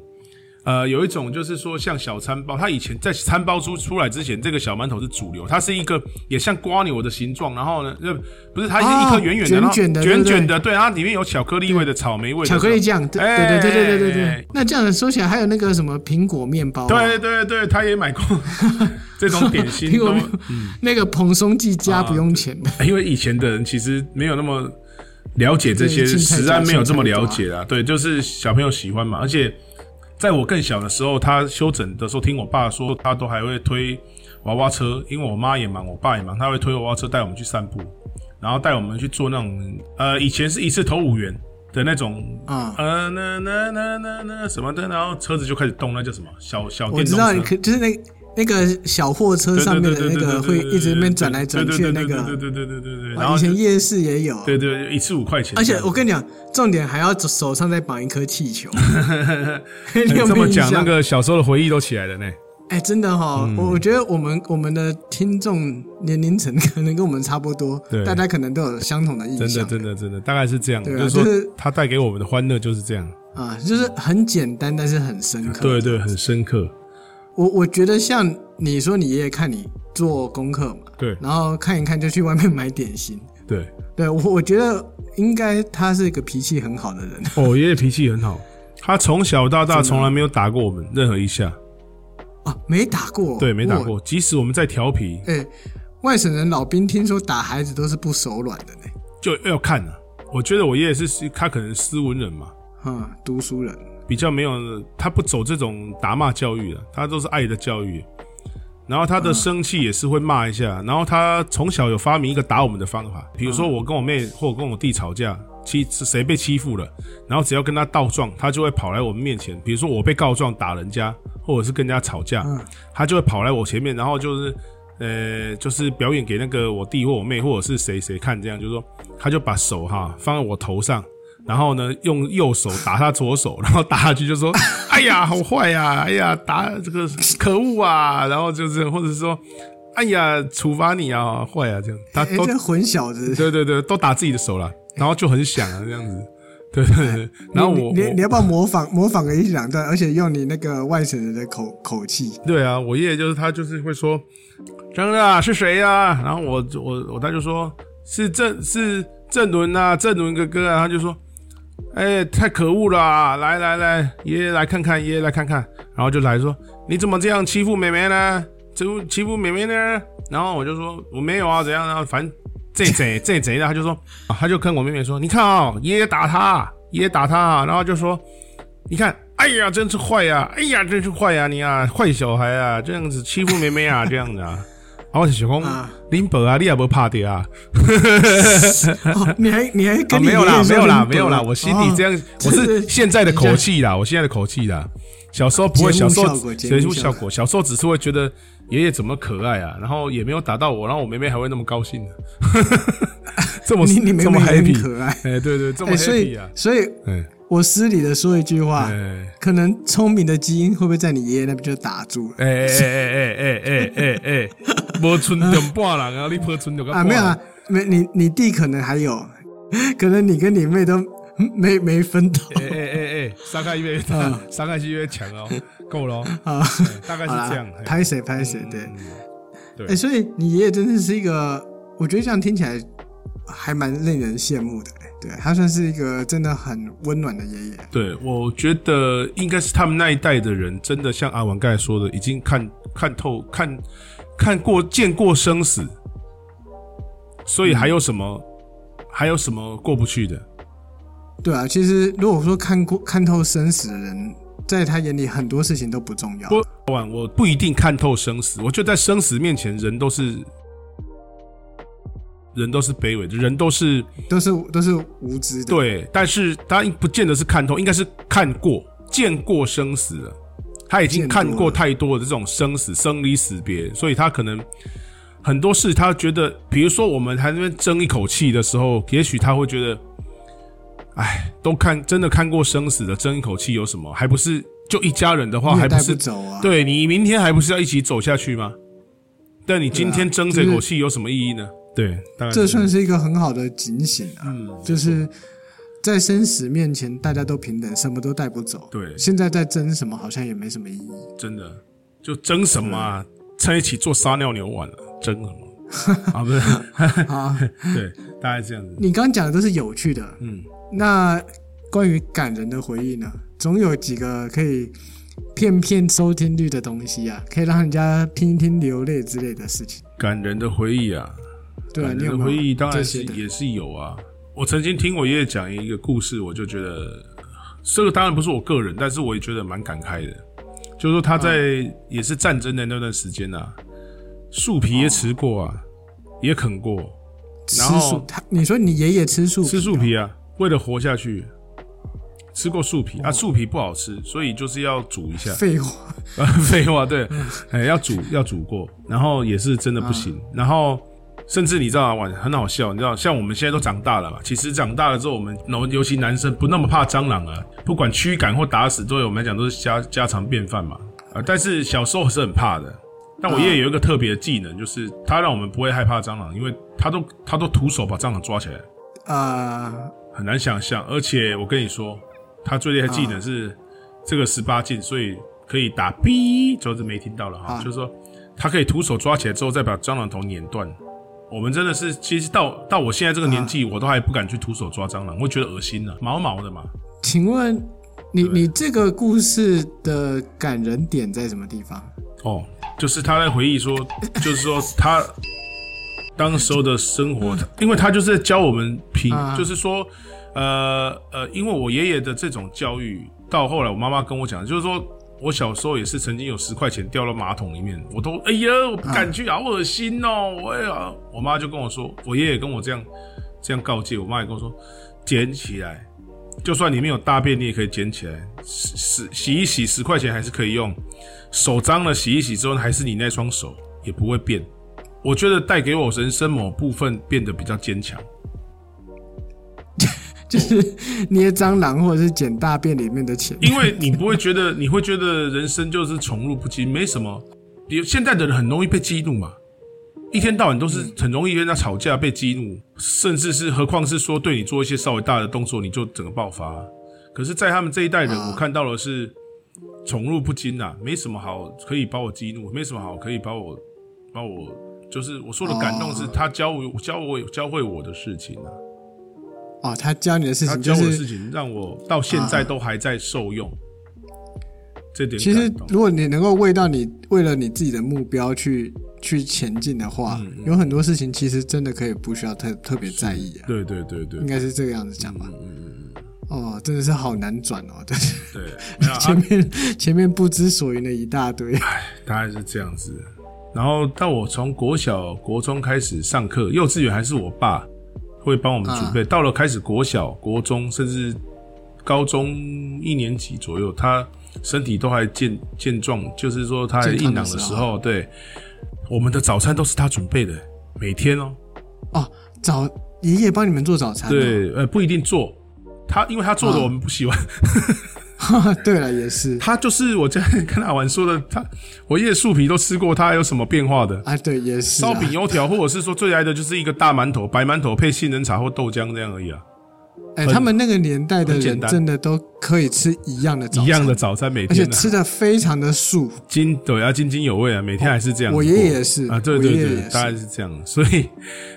Speaker 1: 呃，有一种就是说像小餐包，它以前在餐包出出来之前，这个小馒头是主流，它是一个也像瓜牛的形状，然后呢，呃不是它是一颗
Speaker 2: 哦
Speaker 1: 圆圆的，
Speaker 2: 卷
Speaker 1: 然后
Speaker 2: 卷的对
Speaker 1: 卷
Speaker 2: 不对
Speaker 1: 卷的，对，它里面有巧克力味的、草莓味的
Speaker 2: 巧克力酱，对对对对对对对
Speaker 1: 哎
Speaker 2: 对。那这样说起来，还有那个什么苹果面包啊，
Speaker 1: 对对对，他也买过 这种点 心
Speaker 2: 苹
Speaker 1: 都
Speaker 2: 果，面那个蓬松剂加不用钱的，
Speaker 1: 因为以前的人其实没有那么了解这些，
Speaker 2: 对青菜
Speaker 1: 实
Speaker 2: 加
Speaker 1: 在没有
Speaker 2: 青
Speaker 1: 这么
Speaker 2: 菜
Speaker 1: 了
Speaker 2: 加
Speaker 1: 解啊。对，就是小朋友喜欢嘛，而且在我更小的时候，他休整的时候，听我爸说，他都还会推娃娃车，因为我妈也忙，我爸也忙，他会推娃娃车带我们去散步，然后带我们去做那种呃，以前是一次投五元。的那种
Speaker 2: 啊
Speaker 1: 呃，那那那那那什么的，然后车子就开始动，那叫什么小小
Speaker 2: 我
Speaker 1: 电动车。
Speaker 2: 知道，你可就是那那个小货车上面的那个会一直边转来转去的那
Speaker 1: 对
Speaker 2: 个，
Speaker 1: 对对对对对对，然
Speaker 2: 哇
Speaker 1: 后
Speaker 2: 以前夜市也有。
Speaker 1: 对对一次五块钱，
Speaker 2: 而且我跟你讲，重点还要手上再绑一颗气球，你有
Speaker 1: 这
Speaker 2: 没有
Speaker 1: 么
Speaker 2: 印
Speaker 1: 讲，那
Speaker 2: 象？
Speaker 1: 个小时候的回忆都起来了呢。
Speaker 2: 哎，真的哈、我、我觉得我们我们的听众年龄层可能跟我们差不多
Speaker 1: 对，
Speaker 2: 大家可能都有相同的印
Speaker 1: 真的，
Speaker 2: 象。
Speaker 1: 真的，真的，大概是这样，
Speaker 2: 对啊
Speaker 1: 就是
Speaker 2: 就
Speaker 1: 说
Speaker 2: 是
Speaker 1: 他带给我们的欢乐就是这样，
Speaker 2: 啊，就是很简单，但是很深刻。
Speaker 1: 嗯对对，很深刻，
Speaker 2: 我我觉得像你说，你爷爷看你做功课嘛，
Speaker 1: 对
Speaker 2: 然后看一看就去外面买点心，
Speaker 1: 对，
Speaker 2: 对我我觉得应该他是一个脾气很好的人，
Speaker 1: 哦，爷爷脾气很好，他从小到大从来没有打过我们任何一下，
Speaker 2: 啊，没打过，
Speaker 1: 对，没打
Speaker 2: 我。
Speaker 1: 过。即使我们在调皮，
Speaker 2: 哎、外省人老兵听说打孩子都是不手软的呢，
Speaker 1: 就要看了、我觉得我爷爷是是他可能斯文人嘛，
Speaker 2: 嗯，读书人，
Speaker 1: 比较没有他不走这种打骂教育的，他都是爱的教育。然后他的生气也是会骂一下，然后他从小有发明一个打我们的方法，比如说我跟我妹或我跟我弟吵架，欺是谁被欺负了，然后只要跟他告状，他就会跑来我们面前，比如说我被告状打人家，或者是跟人家吵架，他就会跑来我前面，然后就是呃，就是表演给那个我弟或我妹或者是谁谁看，这样就是说，他就把手哈放在我头上，然后呢，用右手打他左手，然后打下去就 说：“哎呀，好坏呀、哎呀，打这个可恶啊！”然后就是或者是说：“哎呀，处罚你啊，坏啊！”这样他
Speaker 2: 哎、
Speaker 1: 都
Speaker 2: 这混小子，
Speaker 1: 对对对，都打自己的手了，然后就很响啊，这样子。 对对对，然后我
Speaker 2: 你你
Speaker 1: 我
Speaker 2: 你要不要模仿 模仿个一两段，而且用你那个外省人的口 口气？
Speaker 1: 对啊，我爷爷就是他就是会说：“真的啊，是谁呀、啊？”然后我我我他就说：“是郑是郑伦啊，郑伦哥哥啊。”他就说：“哎、太可恶了、啊！来来来，爷爷来看看，爷爷来看看。”然后就来说：“你怎么这样欺负妹妹呢？欺负欺负妹妹呢？”然后我就说：“我没有啊，怎样？”然后反正这贼这贼的，他就说，啊他就跟我妹妹说：“你看啊、爷爷打他，爷爷打他啊。”然后就说：“你看，哎呀，真是坏呀、哎呀，真是坏呀、你啊，坏小孩啊，这样子欺负妹妹啊，这样子啊。”啊，我就想讲
Speaker 2: 啊，
Speaker 1: 林伯啊，你也不怕的啊？
Speaker 2: 哦，你还你还
Speaker 1: 啊，
Speaker 2: 跟你
Speaker 1: 没有啦，
Speaker 2: 爷爷说
Speaker 1: 没有啦
Speaker 2: 林，伯
Speaker 1: 没有啦，我心里这
Speaker 2: 哦
Speaker 1: 样，我是现在的口气啦，我现在的口气啦。小时候不会，小时候
Speaker 2: 节目效果节目
Speaker 1: 节目
Speaker 2: 效
Speaker 1: 效
Speaker 2: 果
Speaker 1: 果，小时候只是会觉得爷爷怎么可爱啊，然后也没有打到我，然后我妹妹还会那么高兴呢， 这么
Speaker 2: 你你妹
Speaker 1: 这么
Speaker 2: 妹也很
Speaker 1: happy，
Speaker 2: 可爱，
Speaker 1: 哎，对对，这
Speaker 2: 哎、
Speaker 1: 么
Speaker 2: 所以
Speaker 1: happy 啊，
Speaker 2: 所以
Speaker 1: 哎
Speaker 2: 我私里的说一句话，
Speaker 1: 哎
Speaker 2: 可能聪明的基因会不会在你爷爷那边就打住了？
Speaker 1: 哎哎哎哎哎哎哎，无剩两半人 啊，你无剩两个
Speaker 2: 啊，没有啊，没你你弟可能还有，可能你跟你妹都嗯没没分到
Speaker 1: 哎哎哎哎，伤害越 大，伤害是越强哦，够了哦，
Speaker 2: 啊。
Speaker 1: 哎大概是
Speaker 2: 嗯
Speaker 1: 这
Speaker 2: 好啦
Speaker 1: 样，哎，嗯
Speaker 2: 拍谁拍谁，对，
Speaker 1: 对
Speaker 2: 哎、所以你爷爷真的是一个，我觉得这样听起来还蛮令人羡慕的、哎对他算是一个真的很温暖的爷爷，
Speaker 1: 对，我觉得应该是他们那一代的人，真的像阿文刚才说的，已经看看透、看看过、见过生死，所以还有什么，还有什么过不去的？
Speaker 2: 对啊，其实如果说看过看透生死的人，在他眼里很多事情都不重要，
Speaker 1: 不，阿婉，我不一定看透生死，我觉得在生死面前，人都是人都是卑微的，人都是
Speaker 2: 都是都是无知的，，
Speaker 1: 对，但是他不见得是看透，应该是看过、见过生死了。他已经
Speaker 2: 见多了
Speaker 1: 看过太多的这种生死、生离死别，所以他可能很多事，他觉得，比如说我们还在那边争一口气的时候，也许他会觉得，哎，都看真的看过生死的，争一口气有什么？还不是就一家人的 话，
Speaker 2: 你也
Speaker 1: 还
Speaker 2: 带
Speaker 1: 不
Speaker 2: 不
Speaker 1: 是
Speaker 2: 走啊，
Speaker 1: 对你明天还不是要一起走下去吗？但你今
Speaker 2: 对啊
Speaker 1: 天争这口气有什么意义呢？对，大概
Speaker 2: 这
Speaker 1: 是样
Speaker 2: 算是一个很好的警醒啊，
Speaker 1: 嗯
Speaker 2: 就是在生死面前，大家都平等，什么都带不走。
Speaker 1: 对
Speaker 2: 现在在争什么，好像也没什么意义。
Speaker 1: 真的，就争什么、啊？在一起做撒尿牛丸了、争什么？ 啊，不是，
Speaker 2: 好，
Speaker 1: 对，大概这样子。
Speaker 2: 啊你刚刚讲的都是有趣的，嗯，那关于感人的回忆呢，总有几个可以骗骗收听率的东西啊，可以让人家听一听流泪之类的事情。
Speaker 1: 感人的回忆啊，
Speaker 2: 对啊，
Speaker 1: 感
Speaker 2: 你
Speaker 1: 人
Speaker 2: 有
Speaker 1: 的
Speaker 2: 没有
Speaker 1: 回忆当
Speaker 2: 这
Speaker 1: 然是
Speaker 2: 些的？
Speaker 1: 也是有啊。我曾经听我爷爷讲一个故事，我就觉得这个当然不是我个人，但是我也觉得蛮感慨的。就是说他在、也是战争的那段时间啊，树皮也吃过啊，也啃过，
Speaker 2: 吃
Speaker 1: 然后
Speaker 2: 素，他你说你爷爷吃素，
Speaker 1: 吃树皮啊，为了活下去，吃过树皮啊，树皮不好吃，所以就是要煮一下。
Speaker 2: 废话，
Speaker 1: 呃， 废话，对，哎、要煮要煮过，然后也是真的不行，然后甚至你知道啊，晚很好笑，你知道，像我们现在都长大了嘛，其实长大了之后，我们然后尤其男生不那么怕蟑螂啊，不管驱赶或打死，对我们来讲都是家家常便饭嘛，啊、但是小时候是很怕的。但我爷爷有一个特别的技能，就是他让我们不会害怕蟑螂，因为他都他都徒手把蟑螂抓起来，
Speaker 2: 呃，
Speaker 1: 很难想象。而且我跟你说，他最厉害的技能是这个十八禁，所以可以打 B，就是没听到了哈，就是说他可以徒手抓起来之后再把蟑螂头碾断，我们真的是，其实到到我现在这个年纪，我都还不敢去徒手抓蟑螂，会觉得恶心呢、毛毛的嘛。
Speaker 2: 请问你你这个故事的感人点在什么地方？
Speaker 1: 哦，就是他在回忆说，就是说他当时候的生活，因为他就是在教我们品，
Speaker 2: 啊
Speaker 1: 就是说，呃呃，因为我爷爷的这种教育，到后来我妈妈跟我讲，就是说。我小时候也是曾经有十块钱掉到马桶里面，我都哎呀，我不敢去，好恶心哦！我呀，我妈就跟我说，我爷爷也跟我这样这样告诫，我妈也跟我说，捡起来，就算里面有大便，你也可以捡起来，洗洗洗一洗，十块钱还是可以用。手脏了洗一洗之后，还是你那双手也不会变。我觉得带给我人生某部分变得比较坚强。
Speaker 2: 就是捏蟑螂或者是捡大便里面的钱。
Speaker 1: 因为你不会觉得，你会觉得人生就是宠辱不惊，没什么。你现在的人很容易被激怒嘛，一天到晚都是很容易跟人家吵架、被激怒，甚至是何况是说对你做一些稍微大的动作，你就整个爆发、可是，在他们这一代人，
Speaker 2: 啊
Speaker 1: 我看到的是宠辱不惊啊，没什么好可以把我激怒，没什么好可以把我把我就是我说的感动是
Speaker 2: 哦
Speaker 1: 他教我教我教会我的事情啊。
Speaker 2: 哦，他教你的事
Speaker 1: 他
Speaker 2: 情
Speaker 1: 教
Speaker 2: 就
Speaker 1: 我的事
Speaker 2: 是，啊
Speaker 1: 情让我到现在都还在受用，这点
Speaker 2: 其实
Speaker 1: 感动
Speaker 2: 如果你能够为到你为了你自己的目标去去前进的话，
Speaker 1: 嗯
Speaker 2: 有很多事情其实真的可以不需要特特别在意啊，
Speaker 1: 对对对对
Speaker 2: 应该是这个样子讲吧。
Speaker 1: 嗯
Speaker 2: 哦，真的是好难转哦， 但是
Speaker 1: 对，没有
Speaker 2: 前
Speaker 1: 啊
Speaker 2: 面、前面不知所云的一大堆。
Speaker 1: 大概是这样子。然后到我从国小、国中开始上课，幼稚园还是我爸会帮我们准
Speaker 2: 嗯
Speaker 1: 备。到了开始国小、国中，甚至高中一年级左右，他身体都还健健壮，就是说他还
Speaker 2: 健康
Speaker 1: 硬
Speaker 2: 的
Speaker 1: 朗的
Speaker 2: 时
Speaker 1: 时
Speaker 2: 候
Speaker 1: 候，对，我们的早餐都是他准备的，每天哦。
Speaker 2: 哦，早爷爷帮你们做早餐、哦。嗯
Speaker 1: 对，呃，不一定做。他因为他做的我们不喜欢，
Speaker 2: 对了，也是
Speaker 1: 他就是我在跟阿玩说的，他我叶树皮都吃过，他还有什么变化的？
Speaker 2: 啊，对，也是、啊。
Speaker 1: 烧饼、油条，或者是说最爱的就是一个大馒头，白馒头配杏仁茶或豆浆这样而已啊，
Speaker 2: 哎、
Speaker 1: 很
Speaker 2: 他们那个年代的
Speaker 1: 很简
Speaker 2: 人
Speaker 1: 单
Speaker 2: 真的都可以吃一样的早餐，
Speaker 1: 一样的，早餐每
Speaker 2: 而且
Speaker 1: 天啊，
Speaker 2: 吃的非常的素。
Speaker 1: 津对啊津津有味啊，每天还是这样过。
Speaker 2: 我爷爷也是
Speaker 1: 啊，对
Speaker 2: 我
Speaker 1: 对
Speaker 2: 爷爷
Speaker 1: 对
Speaker 2: 也，是
Speaker 1: 大概是这样。所以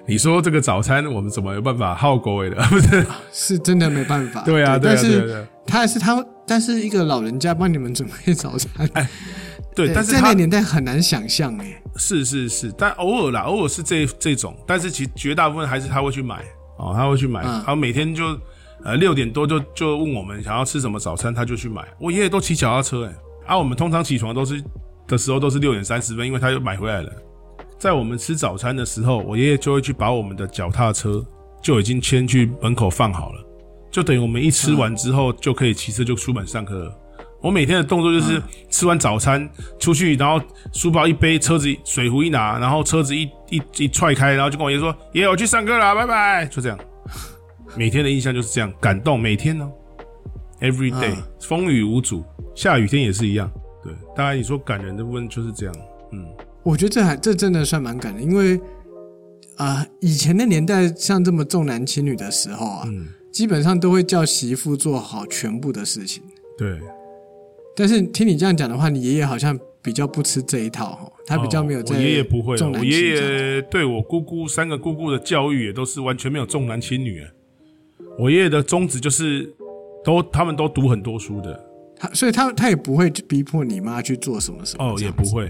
Speaker 1: 你说这个早餐我们怎么有办法好国味的？ 不是？
Speaker 2: 是真的没办法。
Speaker 1: 对啊，对
Speaker 2: 但
Speaker 1: 啊，对啊
Speaker 2: 是
Speaker 1: 对啊，
Speaker 2: 他还是他，但是一个老人家帮你们准备早餐，
Speaker 1: 对，
Speaker 2: 哎
Speaker 1: 但是
Speaker 2: 在那
Speaker 1: 他
Speaker 2: 个年代很难想象哎。
Speaker 1: 是是是，但偶尔啦，偶尔是这这种，但是其实绝大部分还是他会去买哦，他会去买，
Speaker 2: 嗯
Speaker 1: 然后每天就呃六点多就就问我们想要吃什么早餐，他就去买。我爷爷都骑脚踏车哎、啊，我们通常起床都是的时候都是六点三十分，因为他又买回来了。在我们吃早餐的时候，我爷爷就会去把我们的脚踏车就已经先去门口放好了，就等于我们一吃完之后就可以骑车就出门上课了。我每天的动作
Speaker 2: 嗯
Speaker 1: 就是吃完早餐出去，然后书包一背，车子一水壶一拿，然后车子一一一踹开，然后就跟我爷爷说：“爷爷，我去上课了，拜拜。”就这样， 每天的印象就是这样，感动每天呢、e v e r y day，、
Speaker 2: 嗯
Speaker 1: 风雨无阻，下雨天也是一样。对，当然你说感人的部分就是这样，嗯，
Speaker 2: 我觉得这还这真的算蛮感人，因为啊、以前的年代像这么重男轻女的时候啊，
Speaker 1: 嗯
Speaker 2: 基本上都会叫媳妇做好全部的事情。
Speaker 1: 对，
Speaker 2: 但是听你这样讲的话，你爷爷好像比较不吃这一套哈，他比较没有
Speaker 1: 哦
Speaker 2: 在、
Speaker 1: 我爷爷不会啊，
Speaker 2: 重
Speaker 1: 我
Speaker 2: 男轻
Speaker 1: 爷
Speaker 2: 女这样子。
Speaker 1: 爷对我姑姑三个姑姑的教育也都是完全没有重男轻女啊。我爷爷的宗旨就是都他们都读很多书的，
Speaker 2: 他所以他他也不会逼迫你妈去做什么什么
Speaker 1: 哦，
Speaker 2: 这
Speaker 1: 也
Speaker 2: 样
Speaker 1: 不
Speaker 2: 子。
Speaker 1: 会。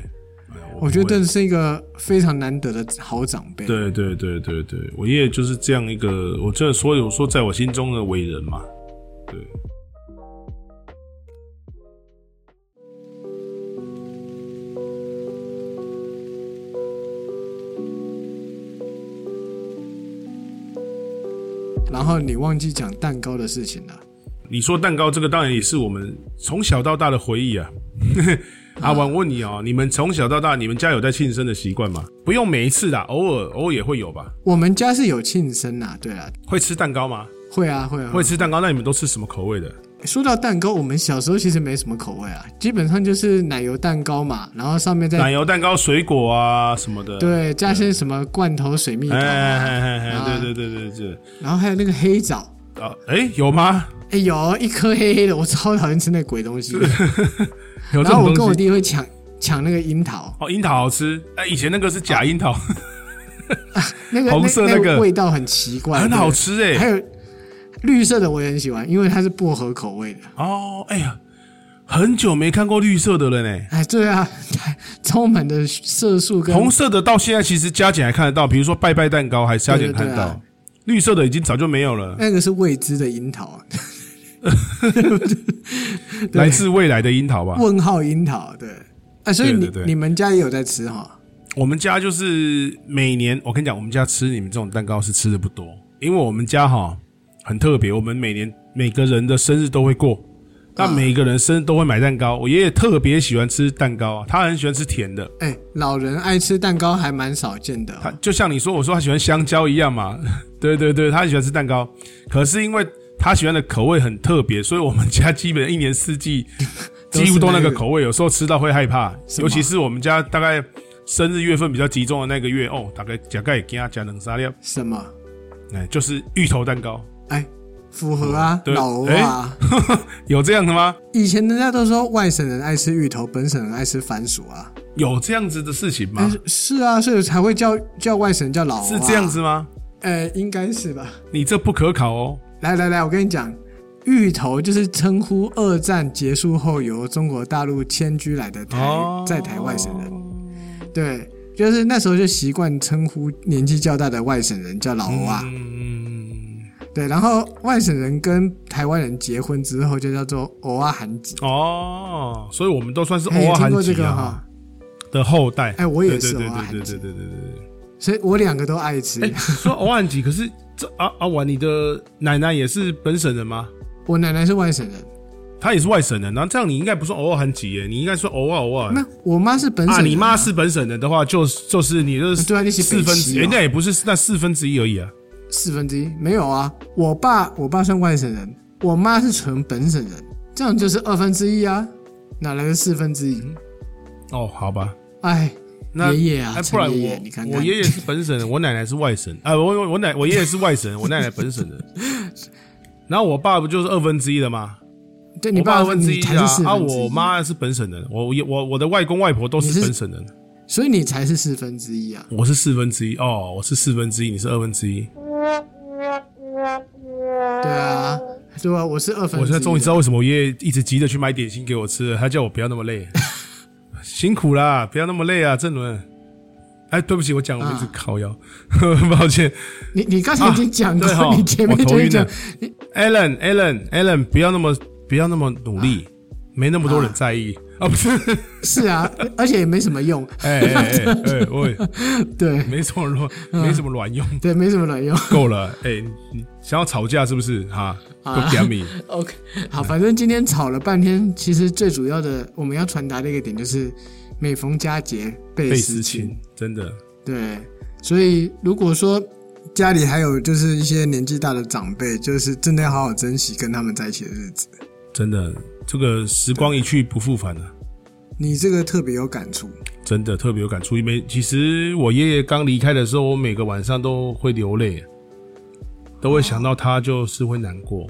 Speaker 1: 哎呀
Speaker 2: 我觉
Speaker 1: 不会
Speaker 2: 得这是一个非常难得的好长辈。
Speaker 1: 对对对对对，我爷爷就是这样一个，我这所有说在我心中的伟人嘛。对，
Speaker 2: 然后你忘记讲蛋糕的事情啊了。
Speaker 1: 你说蛋糕这个当然也是我们从小到大的回忆啊。 阿婉问你哦，你们从小到大，你们家有在庆生的习惯吗？不用每一次啦，偶尔偶尔也会有吧。
Speaker 2: 我们家是有庆生呐、对啊，
Speaker 1: 会吃蛋糕吗？
Speaker 2: 会啊会啊。
Speaker 1: 会吃蛋糕，那你们都吃什么口味的？
Speaker 2: 说到蛋糕，我们小时候其实没什么口味啊，基本上就是奶油蛋糕嘛，然后上面再
Speaker 1: 奶油蛋糕、水果啊什么的。，
Speaker 2: 对加些什么罐头水蜜桃
Speaker 1: 哎
Speaker 2: 啊、
Speaker 1: 哎哎
Speaker 2: 啊
Speaker 1: 哎，对对对对
Speaker 2: 然后还有那个黑枣。
Speaker 1: 对。啊，哎，有吗？
Speaker 2: 哎、有一颗黑黑的，我超讨厌吃那鬼东西。
Speaker 1: 有这
Speaker 2: 然
Speaker 1: 种
Speaker 2: 后我跟
Speaker 1: 东
Speaker 2: 我
Speaker 1: 西？
Speaker 2: 弟会抢抢那个樱桃，啊
Speaker 1: 哦，樱桃好吃。哎，以前那个是假樱桃。
Speaker 2: 那个
Speaker 1: 红色那
Speaker 2: 那
Speaker 1: 个
Speaker 2: 味道很奇怪，
Speaker 1: 很好吃哎、
Speaker 2: 对。还有绿色的我也很喜欢，因为它是薄荷口味的。
Speaker 1: 哦，哎呀，很久没看过绿色的了呢。
Speaker 2: 哎，对啊，充满的色素跟
Speaker 1: 红色的到现在其实加减还看得到，比如说拜拜蛋糕还加减看得到，
Speaker 2: 对对对啊
Speaker 1: 绿色的已经早就没有了，
Speaker 2: 那个是未知的樱桃啊，
Speaker 1: 来自未来的樱桃吧。
Speaker 2: 问号樱桃，对。啊，所以你
Speaker 1: 对对对
Speaker 2: 你们家也有在吃哈？
Speaker 1: 我们家就是每年，我跟你讲，我们家吃你们这种蛋糕是吃的不多，因为我们家哈很特别，我们每年每个人的生日都会过，那
Speaker 2: 啊
Speaker 1: 每个人生日都会买蛋糕。我爷爷特别喜欢吃蛋糕啊，他很喜欢吃甜的，
Speaker 2: 哎，老人爱吃蛋糕还蛮少见的哦、
Speaker 1: 他就像你说，我说他喜欢香蕉一样嘛， 对对对，他喜欢吃蛋糕，可是因为他喜欢的口味很特别，所以我们家基本一年四季
Speaker 2: 都是
Speaker 1: 几乎都那
Speaker 2: 那
Speaker 1: 个
Speaker 2: 个
Speaker 1: 口味，有时候吃到会害怕，
Speaker 2: 是吗
Speaker 1: 尤其是我们家大概生日月份比较集中的那个月哦，大概加盖给他加冷沙料，
Speaker 2: 什么？
Speaker 1: 哎，就是芋头蛋糕，
Speaker 2: 哎，符合啊，
Speaker 1: 对哎
Speaker 2: 老欧啊。
Speaker 1: 有这样的吗？
Speaker 2: 以前人家都说外省人爱吃芋头，本省人爱吃番薯啊。
Speaker 1: 有这样子的事情
Speaker 2: 但
Speaker 1: 吗？
Speaker 2: 是是啊，所以才会叫叫外省人叫老欧、啊。
Speaker 1: 是这样？子吗？
Speaker 2: 呃，应该是吧。
Speaker 1: 你这不可考哦。
Speaker 2: 来来来，我跟你讲，芋头就是称呼二战结束后由中国大陆迁居来的台、
Speaker 1: 哦
Speaker 2: 在台外省人，对，就是那时候就习惯称呼年纪较大的外省人叫老欧啊，
Speaker 1: 嗯，
Speaker 2: 对，然后外省人跟台湾人结婚之后就叫做欧啊韩籍，
Speaker 1: 哦，所以我们都算是
Speaker 2: 哎你
Speaker 1: 欧
Speaker 2: 听
Speaker 1: 韩
Speaker 2: 过这
Speaker 1: 籍
Speaker 2: 个
Speaker 1: 啊。
Speaker 2: 哈，
Speaker 1: 的后代。
Speaker 2: 哎我也是
Speaker 1: 对对
Speaker 2: 偶尔
Speaker 1: 对对
Speaker 2: 韩
Speaker 1: 对
Speaker 2: 籍
Speaker 1: 对对 对
Speaker 2: 所以我两个都爱吃。
Speaker 1: 对。哎，说偶尔几，可是这啊啊婉，你的奶奶也是本省人吗？
Speaker 2: 我奶奶是外省人，
Speaker 1: 她也是外省人，然后这样你应该不是偶尔韩籍耶，你应该说偶尔偶尔。
Speaker 2: 那我妈是本省人、
Speaker 1: 啊，你妈？是本省人的话，就就是你就是
Speaker 2: 对啊你是
Speaker 1: 四
Speaker 2: 北
Speaker 1: 分
Speaker 2: 西
Speaker 1: 之，
Speaker 2: 哦
Speaker 1: 人家也不是那四分之一而已啊。
Speaker 2: 四分之一没有啊，我爸我爸算外省人，我妈是纯本省人，这样就是二分之一啊，哪来的四分之一？
Speaker 1: 哦，好吧，
Speaker 2: 哎，
Speaker 1: 那
Speaker 2: 爷爷啊
Speaker 1: 哎，不
Speaker 2: 陈
Speaker 1: 然
Speaker 2: 爷爷，
Speaker 1: 我
Speaker 2: 你看看，
Speaker 1: 我爷爷是本省人，我奶奶是外省啊，我我我奶我爷爷是外省人，我奶奶本省 人。然后我爸不就是二分之一的吗？
Speaker 2: 对你
Speaker 1: 我爸
Speaker 2: 爸
Speaker 1: 二分之一
Speaker 2: 你才是四分之一
Speaker 1: 啊，我，妈是本省人，我我我我的外公外婆都
Speaker 2: 你
Speaker 1: 是
Speaker 2: 是
Speaker 1: 本省人，
Speaker 2: 所以你才是四分之一啊。
Speaker 1: 我是四分之一哦，我是四分之一，你是二分之一，
Speaker 2: 对啊，对啊，我是二分之一啊。
Speaker 1: 我现在终于知道为什么我爷爷一直急着去买点心给我吃了，他叫我不要那么 累，辛苦啦，不要那么累啊，郑伦。哎，对不起，我讲了名字
Speaker 2: 啊
Speaker 1: 靠腰， 抱歉
Speaker 2: 你你刚才已经讲过，
Speaker 1: 啊对哦
Speaker 2: 你前面
Speaker 1: 我头
Speaker 2: 就
Speaker 1: 晕
Speaker 2: 是讲
Speaker 1: 了，，Allen，Allen，Allen，不要那么不要那么努
Speaker 2: 啊
Speaker 1: 力，没那么多人在意啊， 不是，
Speaker 2: 是啊，而且也没什么用，
Speaker 1: 哎哎哎哎，喂，
Speaker 2: 对
Speaker 1: 没什么 卵，
Speaker 2: 嗯
Speaker 1: 没什么卵用。
Speaker 2: 对，没什么卵用。
Speaker 1: 够了，哎、你你想要吵架是不是？哈，
Speaker 2: 啊
Speaker 1: 都给你
Speaker 2: OK，好，反正今天吵了半天，其实最主要的我们要传达的一个点就是，每逢佳节倍
Speaker 1: 费
Speaker 2: 思
Speaker 1: 事情，真的
Speaker 2: 对，所以如果说家里还有就是一些年纪大的长辈，就是真的要好好珍惜跟他们在一起的日子。
Speaker 1: 真的，这个时光一去不复返了、
Speaker 2: 你这个特别有感触，
Speaker 1: 真的特别有感触。因为其实我爷爷刚离开的时候，我每个晚上都会流泪，都会想到他，就是会难过。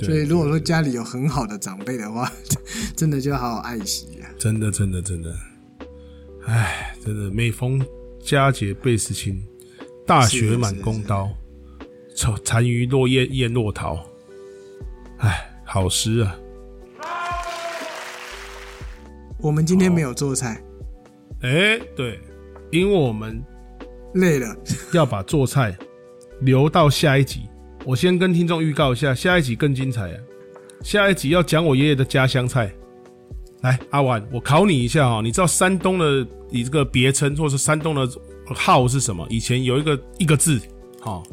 Speaker 1: 对
Speaker 2: 所以如果说家里有很好的长辈的话， 真的就要好好爱惜啊呀、
Speaker 1: 真的，真的，真的，哎，真的，每逢佳节倍思亲，大雪满弓刀，愁残余落叶燕落桃。哎，好诗啊！
Speaker 2: 我们今天没有做菜，
Speaker 1: 哎、对，因为我们
Speaker 2: 累了，
Speaker 1: 要把做菜留到下一集。我先跟听众预告一下，下一集更精彩啊！下一集要讲我爷爷的家乡菜。来，阿婉，我考你一下哦，你知道山东的你这个别称或是山东的号是什么？以前有一个一个字，好、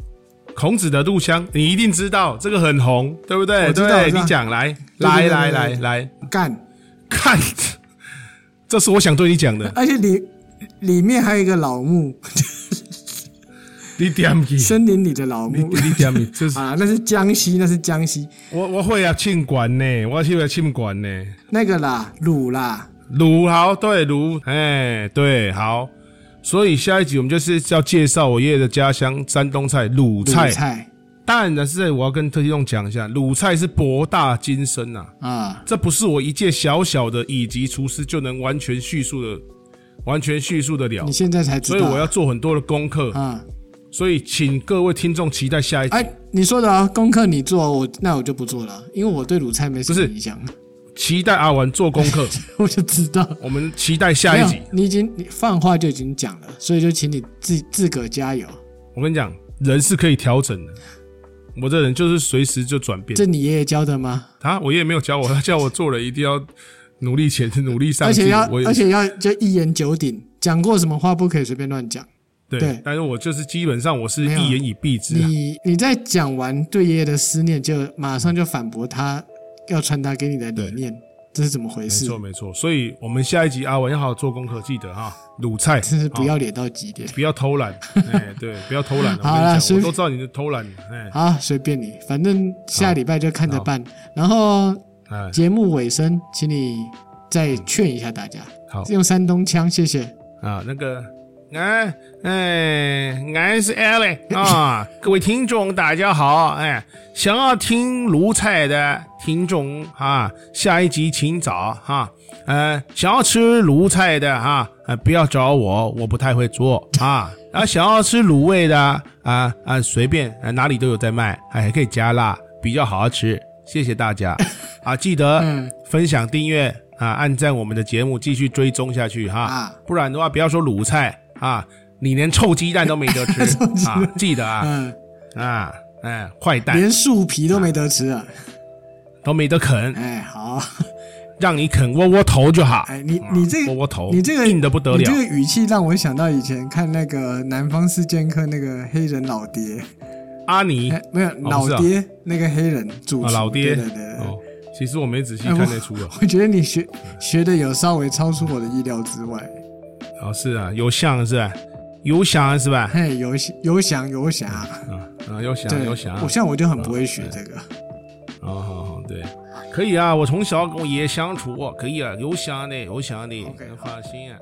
Speaker 1: 孔子的入乡，你一定知道，这个很红，对不对？
Speaker 2: 我知道
Speaker 1: 对，
Speaker 2: 我知道
Speaker 1: 你讲来，
Speaker 2: 对
Speaker 1: 来来
Speaker 2: 对对对对
Speaker 1: 来
Speaker 2: 对
Speaker 1: 来，
Speaker 2: 干，
Speaker 1: 看，这是我想对你讲的，
Speaker 2: 而且里里面还有一个 老木，
Speaker 1: 你点去，
Speaker 2: 森林里的老
Speaker 1: 你
Speaker 2: 木
Speaker 1: 你点去，这是
Speaker 2: 啊，那是江西，那是江西
Speaker 1: 我我会啊，庆管呢，我去啊庆管呢。
Speaker 2: 那个啦，卤啦，
Speaker 1: 鲁豪对鲁，哎对好，所以下一集我们就是要介绍我爷爷的家乡山东菜鲁
Speaker 2: 卤
Speaker 1: 菜。
Speaker 2: 菜
Speaker 1: 当然呢，是在我要跟特听众讲一下，鲁菜是博大精深啊，
Speaker 2: 啊，
Speaker 1: 这不是我一介小小的乙级厨师就能完全叙述的完全叙述得了
Speaker 2: 你，现在才知
Speaker 1: 所
Speaker 2: 道。
Speaker 1: 以我要做很多的功课。
Speaker 2: 啊，
Speaker 1: 所以请各位听众期待下一集。
Speaker 2: 哎，你说的啊，功课你做，我那我就不做了，因为我对鲁菜没什么
Speaker 1: 不是
Speaker 2: 影响，
Speaker 1: 期待阿玩做功课，
Speaker 2: 我就知道。
Speaker 1: 我们期待下
Speaker 2: 没
Speaker 1: 一
Speaker 2: 有
Speaker 1: 集。，
Speaker 2: 你已经你放话就已经讲了，所以就请你自自个加油。
Speaker 1: 我跟你讲，人是可以调整的。我这人就是随时就转变。
Speaker 2: 这你爷爷教的吗？
Speaker 1: 啊，我爷爷没有教我，他叫我做人一定要努力 前进，努力上
Speaker 2: 而
Speaker 1: 进。
Speaker 2: 且要
Speaker 1: 我也
Speaker 2: 而且要就一言九鼎，讲过什么话不可以随便乱讲。
Speaker 1: 对，
Speaker 2: 对
Speaker 1: 但是我就是基本上我是
Speaker 2: 没有
Speaker 1: 一言以蔽之、啊。
Speaker 2: 你你在讲完对爷爷的思念，就马上就反驳他要传达给你的理念，这是怎么回
Speaker 1: 没
Speaker 2: 事
Speaker 1: 错？没错，所以我们下一集阿文要好好做功课，记得哈，卤菜
Speaker 2: 真是不
Speaker 1: 哦
Speaker 2: 要脸到极点。
Speaker 1: 不要偷 懒，哎，对，不要偷懒。我
Speaker 2: 好啦
Speaker 1: 跟你讲，
Speaker 2: 随
Speaker 1: 我
Speaker 2: 便
Speaker 1: 都知道你的偷懒，哎
Speaker 2: 好，随便你，反正下礼拜就看着办。然后
Speaker 1: 哎，
Speaker 2: 节目尾声，请你再劝一下大家，
Speaker 1: 好
Speaker 2: 用山东腔，谢谢。
Speaker 1: 啊，那个，哎哎，俺是 Alex 啊，各位听众大家好，哎，想要听卤菜的听众啊，下一集请找哈、呃，想要吃卤菜的哈、呃，不要找我，我不太会做啊。 啊，想要吃卤味的啊啊，随便、啊、哪里都有在卖，哎，还可以加辣，比较好吃。谢谢大 家啊，记得
Speaker 2: 嗯
Speaker 1: 分享、订阅啊，按赞我们的节目，继续追踪下去哈。
Speaker 2: 啊
Speaker 1: 不然的话，不要说卤菜啊，你连臭鸡蛋都没得 吃啊，记得啊
Speaker 2: 嗯，
Speaker 1: 啊，哎，坏蛋
Speaker 2: 连树皮都没得吃啊！
Speaker 1: 都没得啃，
Speaker 2: 哎， 好，
Speaker 1: 让你啃窝窝头就好。
Speaker 2: 哎，你
Speaker 1: 啊
Speaker 2: 你这
Speaker 1: 窝
Speaker 2: 个
Speaker 1: 窝头，
Speaker 2: 你这个
Speaker 1: 硬的不得
Speaker 2: 你
Speaker 1: 了
Speaker 2: 这。个语气让我想到以前看那个《南方四剑客》那个黑人老爹，
Speaker 1: 阿尼
Speaker 2: 哎，没有
Speaker 1: 不
Speaker 2: 老
Speaker 1: 是啊
Speaker 2: 爹那个黑人主
Speaker 1: 啊，
Speaker 2: 厨
Speaker 1: 老爹
Speaker 2: 对对对。对
Speaker 1: 哦，其实我没仔细
Speaker 2: 哎
Speaker 1: 看
Speaker 2: 我
Speaker 1: 那出了。
Speaker 2: 我觉得你学学的有稍微超出我的意料之外，
Speaker 1: 哦，是啊，有像是吧？有想是吧？
Speaker 2: 嘿，游戏游翔游侠，
Speaker 1: 啊啊，有想
Speaker 2: 哎对
Speaker 1: 有想，，
Speaker 2: 我像我就很不会学这个，
Speaker 1: 哦，好好对，哦可以啊，我从小跟我爷爷相处，可以啊，有想的有想的
Speaker 2: OK，，
Speaker 1: 放心啊。